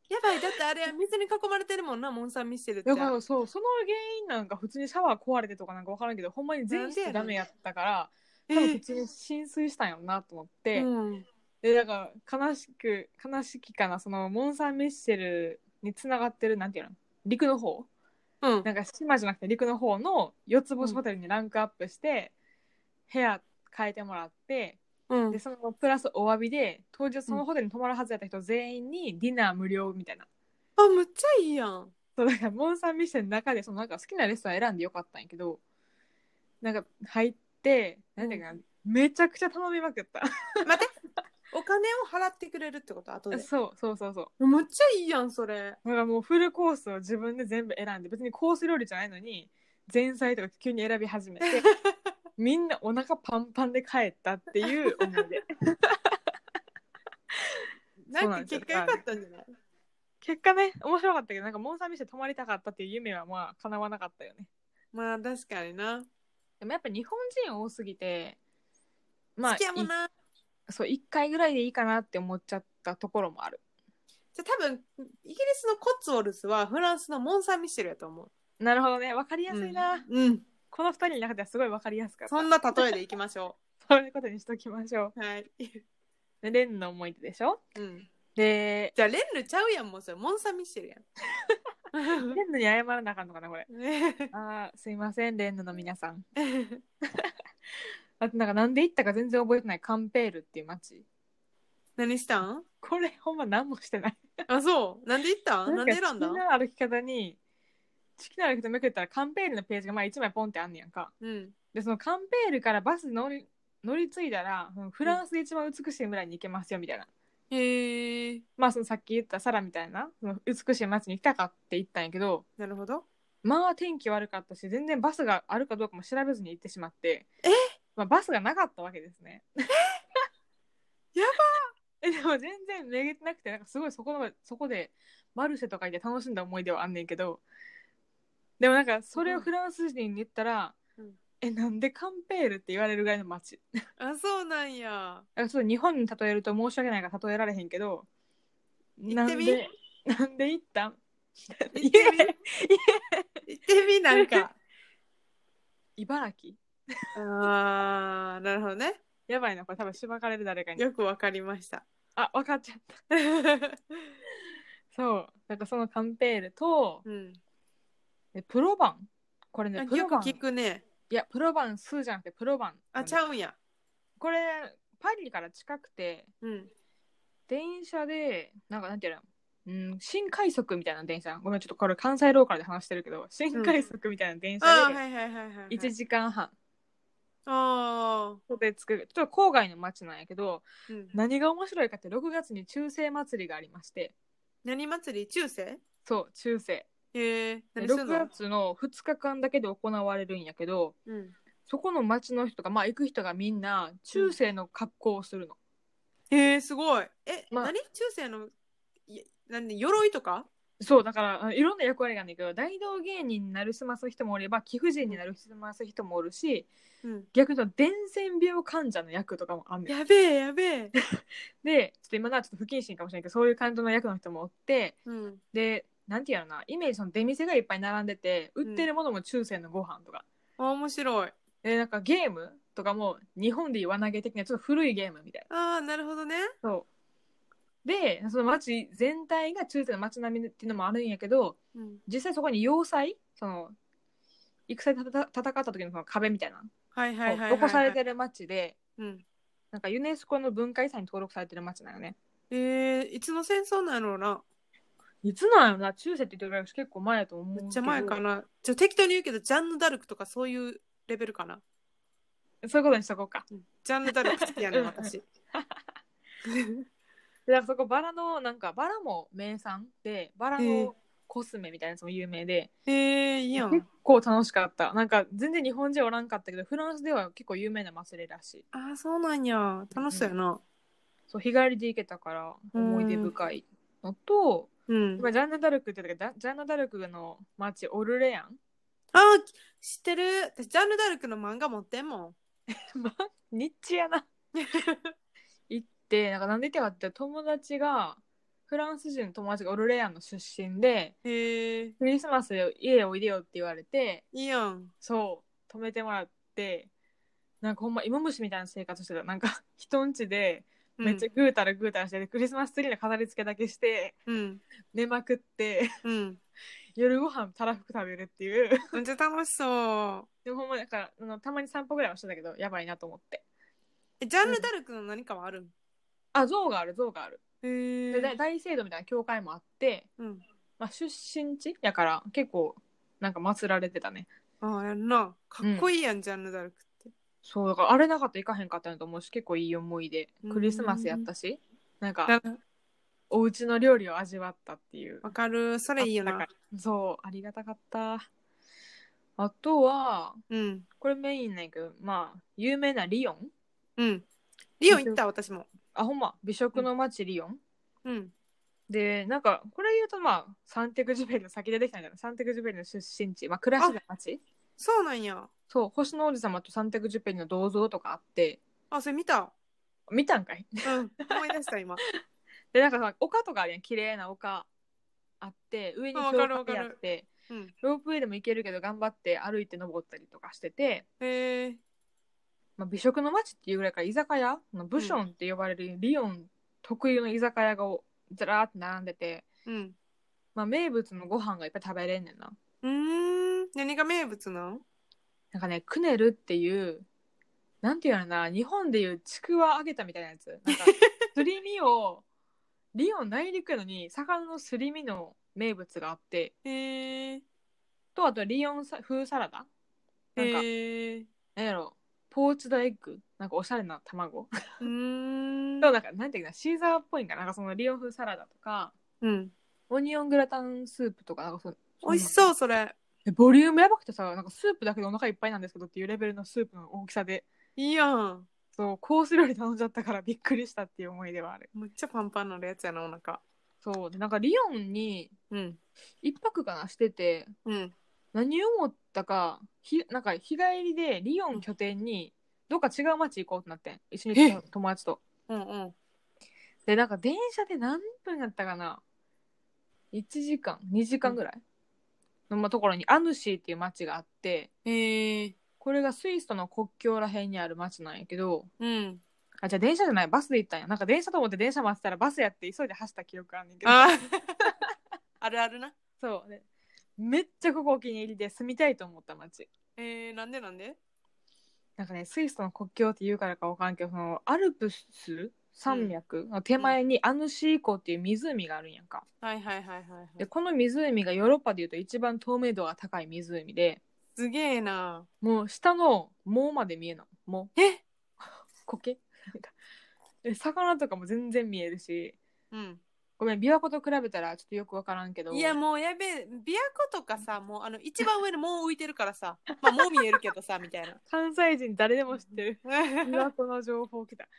[SPEAKER 2] やばいだってあれ水に囲まれてるもんなモン・サン・ミシェルって
[SPEAKER 1] だからそうその原因なんか普通にシャワー壊れてとかなんか分からんけどほんまに全室ダメやったから多分普通に浸水したんやろなと思って、
[SPEAKER 2] うん
[SPEAKER 1] でだから悲しく悲しきかなそのモン・サン・ミッシェルにつながってるなんていうの陸の方
[SPEAKER 2] うん
[SPEAKER 1] なんか島じゃなくて陸の方の四つ星ホテルにランクアップして、部屋変えてもらって
[SPEAKER 2] うん
[SPEAKER 1] でそのプラスお詫びで当日そのホテルに泊まるはずやった人全員にディナー無料みたいな、
[SPEAKER 2] あむっちゃいいやん
[SPEAKER 1] そうだからモン・サン・ミッシェルの中でそのなんか好きなレストラン選んでよかったんやけどなんか入ってなんていうかな、めちゃくちゃ頼みまくった
[SPEAKER 2] お金を払ってくれるってこと後で
[SPEAKER 1] そうそうそうそう
[SPEAKER 2] むっちゃいいやんそれ
[SPEAKER 1] だからもうフルコースを自分で全部選んで別にコース料理じゃないのに前菜とか急に選び始 [LAUGHS] めてみんなお腹パンパンで帰ったっていう思い出
[SPEAKER 2] なんか結果良かったんじゃない
[SPEAKER 1] 結果ね面白かったけどなんかモン・サン・ミッシェル泊まりたかったっていう夢はまあ叶わなかったよね
[SPEAKER 2] まあ確かにな、
[SPEAKER 1] でもやっぱ日本人多すぎてまあ
[SPEAKER 2] 好きやもんな
[SPEAKER 1] そう1回ぐらいでいいかなって思っちゃったところもある
[SPEAKER 2] じゃあ多分イギリスのコッツウォルスはフランスのモン・サン・ミッシェルやと思う
[SPEAKER 1] なるほどね分かりやすいな、
[SPEAKER 2] うん、うん
[SPEAKER 1] この2人の中ではすごい分かりやすかった
[SPEAKER 2] そんな例えでいきましょ
[SPEAKER 1] そういうことにしときましょ
[SPEAKER 2] う [LAUGHS] はい、
[SPEAKER 1] うでレンの思い出でしょ
[SPEAKER 2] うん、
[SPEAKER 1] で
[SPEAKER 2] じゃあレンルちゃうやんもうそれモン・サン・ミッシェルや [LAUGHS] ん
[SPEAKER 1] レンヌに謝らなあかんのかなこれ
[SPEAKER 2] ね
[SPEAKER 1] あーすいませんレンヌの皆さんあとなんかなんで行ったか全然覚えてないカンペールっていう町
[SPEAKER 2] 何したん
[SPEAKER 1] これほんま何もしてない
[SPEAKER 2] あそうなんで行ったんなんで
[SPEAKER 1] か
[SPEAKER 2] 選んだ
[SPEAKER 1] 好
[SPEAKER 2] ん
[SPEAKER 1] きな歩き方に好きな歩き方めくったらカンペールのページがまあ1枚ポンってあんねやんか
[SPEAKER 2] うん
[SPEAKER 1] でそのカンペールからバス乗り乗り継いだらそのフランスで一番美しい村に行けますよみたいな、
[SPEAKER 2] へえ
[SPEAKER 1] まあそのさっき言ったサラみたいなその美しい町に行きたかって行ったんやけど
[SPEAKER 2] なるほど
[SPEAKER 1] まあ天気悪かったし全然バスがあるかどうかも調べずに行ってしまって
[SPEAKER 2] え
[SPEAKER 1] まあ、バスがなかったわけですね。
[SPEAKER 2] や
[SPEAKER 1] ば [LAUGHS] えでも全然めげてなくてなんかすごいそこのそこでマルシェとかいて楽しんだ思い出はあんねんけどでもなんかそれをフランス人に言ったら「
[SPEAKER 2] うん
[SPEAKER 1] えなんでカンペール?」って言われるぐらいの街
[SPEAKER 2] あそうなんや
[SPEAKER 1] だからちょっと日本に例えると申し訳ないから例えられへんけど
[SPEAKER 2] 行っ
[SPEAKER 1] なん
[SPEAKER 2] てみ
[SPEAKER 1] で [LAUGHS] なんで行ったん
[SPEAKER 2] 行ってみ行
[SPEAKER 1] 言え
[SPEAKER 2] ってみなんか
[SPEAKER 1] [LAUGHS] 茨城
[SPEAKER 2] ああなるほどね
[SPEAKER 1] やばいなこれ多分しばかれる誰かに
[SPEAKER 2] よくわかりました
[SPEAKER 1] あ分かっちゃった [LAUGHS] そうなんかそのカンペールと
[SPEAKER 2] うん
[SPEAKER 1] えプロバンこれ
[SPEAKER 2] あ
[SPEAKER 1] ねプ
[SPEAKER 2] よ
[SPEAKER 1] ロ
[SPEAKER 2] く
[SPEAKER 1] バン
[SPEAKER 2] 聞くね
[SPEAKER 1] いやプロバン数じゃなくてプロバン
[SPEAKER 2] あちゃうんや
[SPEAKER 1] これパリから近くて
[SPEAKER 2] うん
[SPEAKER 1] 電車でなんかなんていうのうん、新快速みたいな電車ごめんちょっとこれ関西ローカルで話してるけど新快速みたいな電車
[SPEAKER 2] あー
[SPEAKER 1] で
[SPEAKER 2] はいはいはいはい
[SPEAKER 1] 1時間半
[SPEAKER 2] ああ
[SPEAKER 1] で着くちょっと郊外の町なんやけど
[SPEAKER 2] うん
[SPEAKER 1] 何が面白いかって6月に中世祭りがありまして
[SPEAKER 2] 何祭り中世
[SPEAKER 1] そう中世
[SPEAKER 2] へえ何す
[SPEAKER 1] 6
[SPEAKER 2] んの
[SPEAKER 1] 月の2日間だけで行われるんやけど
[SPEAKER 2] うん
[SPEAKER 1] そこの町の人が、まあ、行く人がみんな中世の格好をするの、
[SPEAKER 2] へえすごいえ
[SPEAKER 1] まあ
[SPEAKER 2] 何中世のいなんで鎧とか
[SPEAKER 1] そうだからあいろんな役割があるんだけど大道芸人になるすます人もおれば貴婦人になるすます人もおるし
[SPEAKER 2] うん
[SPEAKER 1] 逆に言うと伝染病患者の役とかもあんねん
[SPEAKER 2] やべえやべ [LAUGHS] え
[SPEAKER 1] でちょっと今のはちょっと不謹慎かもしれないけどそういう感じの役の人もおって
[SPEAKER 2] うん
[SPEAKER 1] でなんていうのかなイメージその出店がいっぱい並んでて売ってるものも中世のご飯とか、
[SPEAKER 2] あ面白い
[SPEAKER 1] でなんかゲームとかも日本で言わなげ的なちょっと古いゲームみたいな
[SPEAKER 2] ああなるほどね
[SPEAKER 1] そう。で、その町全体が中世の町並みっていうのもあるんやけど、
[SPEAKER 2] うん
[SPEAKER 1] 実際そこに要塞、その、戦で戦戦った時のその壁みたいな、
[SPEAKER 2] はいはいはいはいはい
[SPEAKER 1] 残されてる町で、
[SPEAKER 2] うん
[SPEAKER 1] なんかユネスコの文化遺産に登録されてる町なのね。
[SPEAKER 2] えー、いつの戦争なんやろうない
[SPEAKER 1] つなんやろな、中世って言ってるから結構前やと思うけど。
[SPEAKER 2] めっちゃ前かなじゃあ適当に言うけどジャンヌ・ダルクとかそういうレベルかな、
[SPEAKER 1] そういうことにしとこうか。
[SPEAKER 2] うんジャンヌ・ダルク好きやね
[SPEAKER 1] うんん
[SPEAKER 2] [LAUGHS] 私
[SPEAKER 1] で、だからそこバラの、なんかバラも名産で、バラ
[SPEAKER 2] へえ
[SPEAKER 1] のコスメみたいなやつも有名で、
[SPEAKER 2] えー、いいや
[SPEAKER 1] 結
[SPEAKER 2] [LAUGHS] ん
[SPEAKER 1] 構楽しかった。なんか全然日本人おらんかったけど、フランスでは結構有名な祭りらしい。
[SPEAKER 2] ああそうなんや楽しそうやな
[SPEAKER 1] そう日帰りで行けたから思い出深いのと、
[SPEAKER 2] うん、
[SPEAKER 1] 今ジャンヌ・ダルクって言ったけどジャンヌ・ダルクの街オルレアン
[SPEAKER 2] ああ知ってる私ジャンヌ・ダルクの漫画持ってんもん
[SPEAKER 1] まあニッチや
[SPEAKER 2] [LAUGHS]
[SPEAKER 1] な行ってなんか何で行ったかって友達がフランス人の友達がオルレアンの出身で
[SPEAKER 2] へえー、
[SPEAKER 1] クリスマスで家へおいでよって言われて
[SPEAKER 2] いいやん
[SPEAKER 1] そう [LAUGHS] 泊めてもらってなんかほんま芋虫みたいな生活してたなんか人ん家で
[SPEAKER 2] うん
[SPEAKER 1] めっちゃぐうたらぐうたらしててクリスマスツリーの飾り付けだけして
[SPEAKER 2] うん。
[SPEAKER 1] 寝まくって [LAUGHS]
[SPEAKER 2] うん。
[SPEAKER 1] 夜ご飯たらふく食べるっていう
[SPEAKER 2] めっちゃ楽しそう。
[SPEAKER 1] でもほんまだからあのたまに散歩ぐらいはしてたけどやばいなと思って
[SPEAKER 2] え、ジャンヌ・ダルクの何かはあるん
[SPEAKER 1] あ像がある像がある
[SPEAKER 2] へ
[SPEAKER 1] でだ
[SPEAKER 2] ー
[SPEAKER 1] 大聖堂みたいな教会もあって、
[SPEAKER 2] うん。
[SPEAKER 1] まあ、出身地やから結構なんか祀られてたね
[SPEAKER 2] ああ、やんな。かっこいいやん、ジャンヌ・ダルクって。
[SPEAKER 1] そうだからあれなかったら行かへんかったなと思うし結構いい思い出
[SPEAKER 2] うん
[SPEAKER 1] クリスマスやったしなん
[SPEAKER 2] な
[SPEAKER 1] かお家の料理を味わったっていう
[SPEAKER 2] わかる。それいいよ
[SPEAKER 1] あっ
[SPEAKER 2] な
[SPEAKER 1] た。かいそうありがたかったあとは
[SPEAKER 2] うん。
[SPEAKER 1] これメインなんやけどまあ有名なリヨン
[SPEAKER 2] うん。リオン行った、私も。
[SPEAKER 1] あほんま美食の街リヨン、
[SPEAKER 2] うん。
[SPEAKER 1] でなんかこれ言うとまあサンテクジュベリの先でできたんじゃないサンテクジュベリの出身地まあクラシの街
[SPEAKER 2] そうなんや。
[SPEAKER 1] そう星の王子様とサンテクジュベリの銅像とかあって
[SPEAKER 2] あ、それ見た。
[SPEAKER 1] 見たんかい
[SPEAKER 2] うん。思い出した、今。
[SPEAKER 1] でなんかさ丘とかあるやん綺麗な丘あって上に
[SPEAKER 2] あわ
[SPEAKER 1] 教
[SPEAKER 2] かるわか
[SPEAKER 1] 会
[SPEAKER 2] る
[SPEAKER 1] あって
[SPEAKER 2] うん。
[SPEAKER 1] ロープウェイでも行けるけど頑張って歩いて登ったりとかしてて、
[SPEAKER 2] [LAUGHS] へえ。
[SPEAKER 1] まあ、美食の街っていうぐらいから居酒屋のブションって呼ばれるリヨン特有の居酒屋がずらーって並んでて、
[SPEAKER 2] うん。
[SPEAKER 1] まあ、名物のご飯がいっぱい食べれんねんな
[SPEAKER 2] うーん。何が名物なん
[SPEAKER 1] なんかねクネルっていうなんていうのな日本でいうちくわ揚げたみたいなやつなんかすり身をリヨン内陸やのに魚のすり身の名物があって
[SPEAKER 2] へえ。
[SPEAKER 1] とあとリヨンさ風サラダなんか
[SPEAKER 2] へえ。
[SPEAKER 1] なんやろポーチドエッグなんかおしゃれな卵 [LAUGHS]
[SPEAKER 2] うーん。
[SPEAKER 1] となんかなんていうかなシーザーっぽいんかななんかそのリヨン風サラダとか
[SPEAKER 2] うん。
[SPEAKER 1] オニオングラタンスープとかなんかそ
[SPEAKER 2] 美味しそうう、それ。
[SPEAKER 1] ボリュームやばくてさなんかスープだけでお腹いっぱいなんですけどっていうレベルのスープの大きさで
[SPEAKER 2] いいやん。
[SPEAKER 1] そうコース料理頼んじゃったからびっくりしたっていう思い出はある
[SPEAKER 2] めっちゃパンパンなるやつやな、お腹。
[SPEAKER 1] そうでなんかリヨンに
[SPEAKER 2] うん。
[SPEAKER 1] 一泊かなしてて
[SPEAKER 2] うん。
[SPEAKER 1] 何を思ったかひなんか日帰りでリヨン拠点にどっか違う町行こうってなってん一緒に行った友達と
[SPEAKER 2] うんうん。
[SPEAKER 1] でなんか電車で何分やったかな1時間2時間ぐらいのまあところにアヌシーっていう町があって
[SPEAKER 2] へえ。
[SPEAKER 1] これがスイスとの国境ら辺にある町なんやけど
[SPEAKER 2] うん。
[SPEAKER 1] あじゃあ電車じゃないバスで行ったんやなんか電車と思って電車待ってたらバスやって急いで走った記憶あんねんけど
[SPEAKER 2] あ [LAUGHS] あるあるな。
[SPEAKER 1] そうでめっちゃここお気に入りで住みたいと思った町
[SPEAKER 2] えー、なんでなんで
[SPEAKER 1] なんかねスイスとの国境って言うからか分からんけどそのアルプス山脈の手前にアヌシー湖っていう湖があるんやんか、
[SPEAKER 2] はいはいはいはい、はい
[SPEAKER 1] でこの湖がヨーロッパでいうと一番透明度が高い湖です
[SPEAKER 2] げえな。
[SPEAKER 1] もう下の藻まで見えない藻
[SPEAKER 2] え
[SPEAKER 1] 苔なんかで魚とかも全然見えるし
[SPEAKER 2] うん。
[SPEAKER 1] ごめん琵琶湖と比べたらちょっとよく分からんけど
[SPEAKER 2] いやもうやべえ、琵琶湖とかさ、もうあの一番上でもう浮いてるからさ、 [LAUGHS] まあもう見えるけどさ、みたいな。
[SPEAKER 1] 関西人誰でも知ってる琵琶
[SPEAKER 2] う
[SPEAKER 1] 湖の情報来た。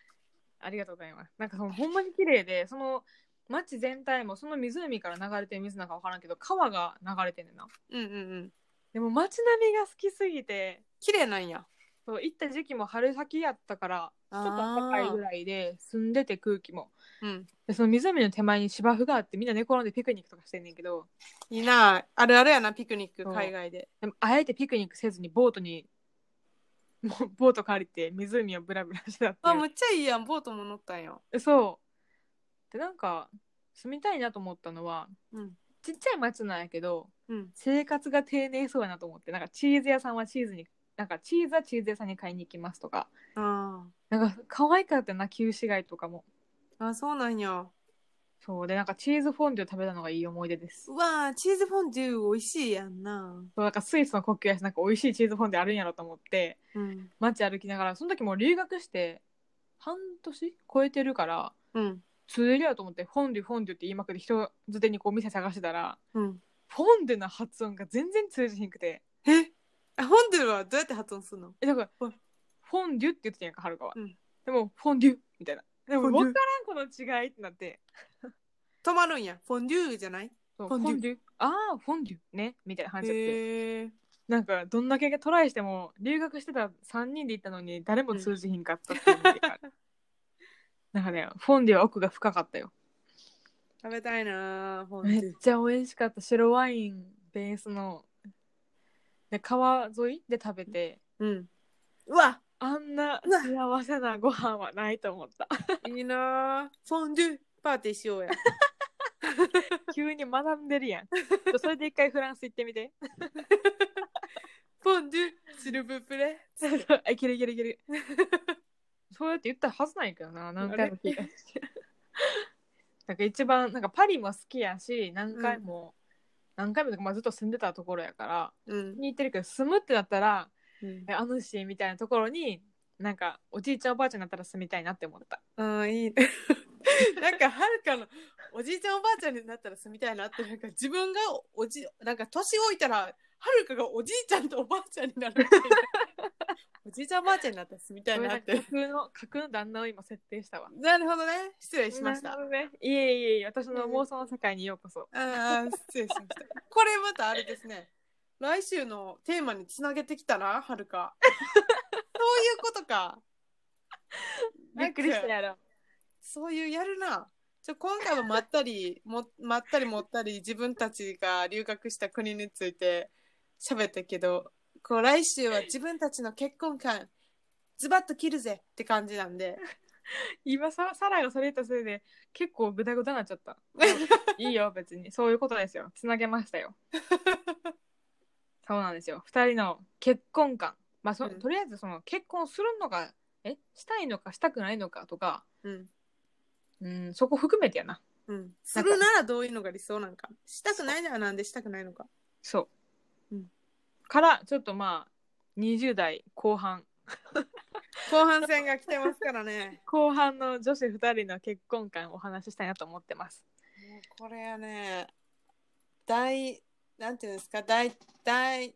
[SPEAKER 1] ありがとうございます。なんかそのほんまに綺麗で、その町全体もその湖から流れてる水なんかわからんけど、川が流れてんねんな。
[SPEAKER 2] んうんうん。
[SPEAKER 1] でも町並みが好きすぎて、
[SPEAKER 2] 綺麗なんや。
[SPEAKER 1] そう行った時期も春先やったから、ちょっと暖かいぐらいで住んでて空気も。
[SPEAKER 2] うん。
[SPEAKER 1] でその湖の手前に芝生があってみんな寝転んでピクニックとかしてんねんけど
[SPEAKER 2] いいなあるあるやな、ピクニッ
[SPEAKER 1] そ
[SPEAKER 2] ク、
[SPEAKER 1] う
[SPEAKER 2] 海外で。
[SPEAKER 1] でもあえてピクニックせずにボートにもうボート借りて湖をブラブラしてたって
[SPEAKER 2] あ、
[SPEAKER 1] いう
[SPEAKER 2] むっちゃいいやん、ボートも乗ったんよ。
[SPEAKER 1] そう。で、なんか、住みたいなと思ったのは、
[SPEAKER 2] うん。
[SPEAKER 1] ちっちゃい町なんやけど、
[SPEAKER 2] うん。
[SPEAKER 1] 生活が丁寧そうやなと思って、なんかチーズ屋さんはチーズに、なんかチーズはチーズ屋さんに買いに行きますとか、
[SPEAKER 2] あ
[SPEAKER 1] なんか可愛かったな、旧市街とかも。
[SPEAKER 2] あ。あ、そうなんや。
[SPEAKER 1] そうで、なんかチーズフォンデュを食べたのがいい思い出です。そ
[SPEAKER 2] うわーチーズフォンデュ美味しいやんな。
[SPEAKER 1] うなんかスイスの国境やし、なんか美味しいチーズフォンデュあるんやろと思って、
[SPEAKER 2] うん。
[SPEAKER 1] 街歩きながら、その時もう留学して、半年超えてるから、
[SPEAKER 2] うん。
[SPEAKER 1] 通じるやと思って、フォンデュフォンデュって言いまくり人づてにこう店探してたら、
[SPEAKER 2] うん。
[SPEAKER 1] フォンデュの発音が全然通じひんくて。
[SPEAKER 2] えあフォンデュはどうやって発音するの
[SPEAKER 1] え、だから、
[SPEAKER 2] はい
[SPEAKER 1] フォンデュって言ってたやんか、はるかは。
[SPEAKER 2] うん
[SPEAKER 1] でも、フォンデュみたいな。でも、
[SPEAKER 2] フォ
[SPEAKER 1] わ
[SPEAKER 2] ン
[SPEAKER 1] か
[SPEAKER 2] デュ
[SPEAKER 1] らんこの違いってなって。
[SPEAKER 2] 止まるんや。フォンデュじゃない
[SPEAKER 1] そう
[SPEAKER 2] フォンデュ
[SPEAKER 1] ああー、フォンデュね。みたいな話だって。
[SPEAKER 2] へえ。
[SPEAKER 1] なんか、どんだけトライしても、留学してた3人で行ったのに、誰も通じひんかったっていうのがあ
[SPEAKER 2] [LAUGHS]
[SPEAKER 1] るなんかね、フォンデュは奥が深かったよ。
[SPEAKER 2] 食べたいなあフォ
[SPEAKER 1] め
[SPEAKER 2] ン
[SPEAKER 1] っ
[SPEAKER 2] デュ。
[SPEAKER 1] ちゃ美味しかった。白ワインベースの。で、川沿いで食べて、
[SPEAKER 2] うん。うわ
[SPEAKER 1] あんな
[SPEAKER 2] う
[SPEAKER 1] 幸
[SPEAKER 2] わ
[SPEAKER 1] せなご飯はないと思った
[SPEAKER 2] いいなぁフォンデュパーティーし [LAUGHS] ようや。
[SPEAKER 1] 急に学んでるやんそれで一回フランス行ってみて [LAUGHS]
[SPEAKER 2] フォンデュシルブプレ。
[SPEAKER 1] あいけるいけるいけるそうやって言ったはずないけどな何回も聞いた [LAUGHS] なんか一番なんかパリも好きやし何回も、何回もとか、まあ、ずっと住んでたところやから
[SPEAKER 2] うん。
[SPEAKER 1] に行ってるけど住むってなったらえあのシーンみたいなところになんかおじいちゃんおばあちゃんになったら住みたいなって思った
[SPEAKER 2] うん、いい。 [LAUGHS] なんか、はるかのおじいちゃんおばあちゃんになったら住みたいなって、なんか自分がおじ、なんか年老いたら、はるかがおじいちゃんとおばあちゃんになるみたいな。おじいちゃんおばあちゃんになったら住みたい
[SPEAKER 1] ごめん
[SPEAKER 2] な
[SPEAKER 1] な
[SPEAKER 2] っ
[SPEAKER 1] さい
[SPEAKER 2] て
[SPEAKER 1] 架。空の架空の旦那を今設定したわ
[SPEAKER 2] なるほどね。失礼しまし
[SPEAKER 1] な
[SPEAKER 2] た。
[SPEAKER 1] るほどねいえいえいえ私の妄想の世界にようこそ、
[SPEAKER 2] ああ、失礼しました。これまたあれですね。来週のテーマにつなげてきたな、はるか。そういうことか。
[SPEAKER 1] びっくりしたやろ
[SPEAKER 2] そういうやるな。ちょ今回はまったり [LAUGHS] も、まったりもったり、自分たちが留学した国について喋ったけど、こう来週は自分たちの結婚観、ズバッと切るぜって感じなん [LAUGHS] で。
[SPEAKER 1] 今さサラがそれ言ったせいで結構グダグダなっちゃったいいよ別にそういうことですよつなげましたよそうなんですよ2人の結婚観まあそ、
[SPEAKER 2] うん
[SPEAKER 1] とりあえずその結婚するのかえしたいのかしたくないのかとか
[SPEAKER 2] うん。
[SPEAKER 1] うんそこ含めてやな
[SPEAKER 2] うん。するならどういうのが理想なんか。したくないならなんでしたくないのか。
[SPEAKER 1] そう、
[SPEAKER 2] うん
[SPEAKER 1] からちょっとまあ20代後半
[SPEAKER 2] 後半戦が来てますからね。
[SPEAKER 1] 後半の女子2人の結婚観をお話ししたいなと思ってます
[SPEAKER 2] [LAUGHS] もうこれはね、大、なんていうんですか、大、大、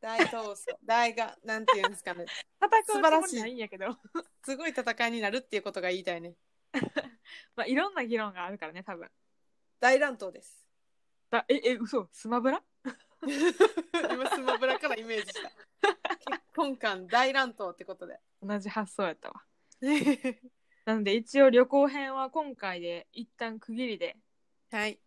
[SPEAKER 2] 大闘争、大が、なんていうんですかね、
[SPEAKER 1] 戦うつ
[SPEAKER 2] 素
[SPEAKER 1] も
[SPEAKER 2] 晴らしい
[SPEAKER 1] りないんやけど
[SPEAKER 2] すごい戦いになるっていうことが言いたいね。
[SPEAKER 1] [LAUGHS] まあいろんな議論があるからね多分
[SPEAKER 2] 大乱闘です。
[SPEAKER 1] だええ嘘スマブラ
[SPEAKER 2] [LAUGHS] 今スマブラからイメージした。結婚観大乱闘ってことで。
[SPEAKER 1] 同じ発想やったわなので一応旅行編は今回で一旦区切りで
[SPEAKER 2] [LAUGHS] はい。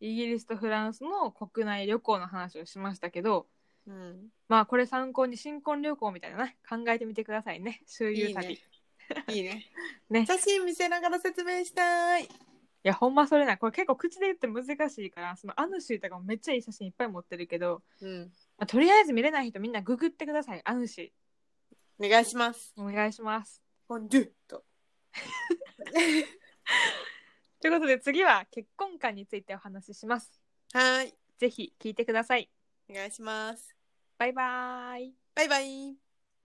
[SPEAKER 1] イギリスとフランスの国内旅行の話をしましたけど
[SPEAKER 2] うん。
[SPEAKER 1] まあこれ参考に新婚旅行みたいなね考えてみてくださいね周遊
[SPEAKER 2] いい
[SPEAKER 1] 旅
[SPEAKER 2] ね。いいね。
[SPEAKER 1] ね
[SPEAKER 2] 写真見せながら説明したい。
[SPEAKER 1] いやほんまそれなこれ結構口で言って難しいからそのアヌシーとかもめっちゃいい写真いっぱい持ってるけど、
[SPEAKER 2] うん。
[SPEAKER 1] まあとりあえず見れない人みんなググってくださいアヌシ
[SPEAKER 2] お願いします。
[SPEAKER 1] ーお願いします
[SPEAKER 2] フォンデュと。
[SPEAKER 1] ということで次は結婚観についてお話しします
[SPEAKER 2] はい。
[SPEAKER 1] ぜひ聞いてください
[SPEAKER 2] お願いします。
[SPEAKER 1] バイバーイ
[SPEAKER 2] バイバイ。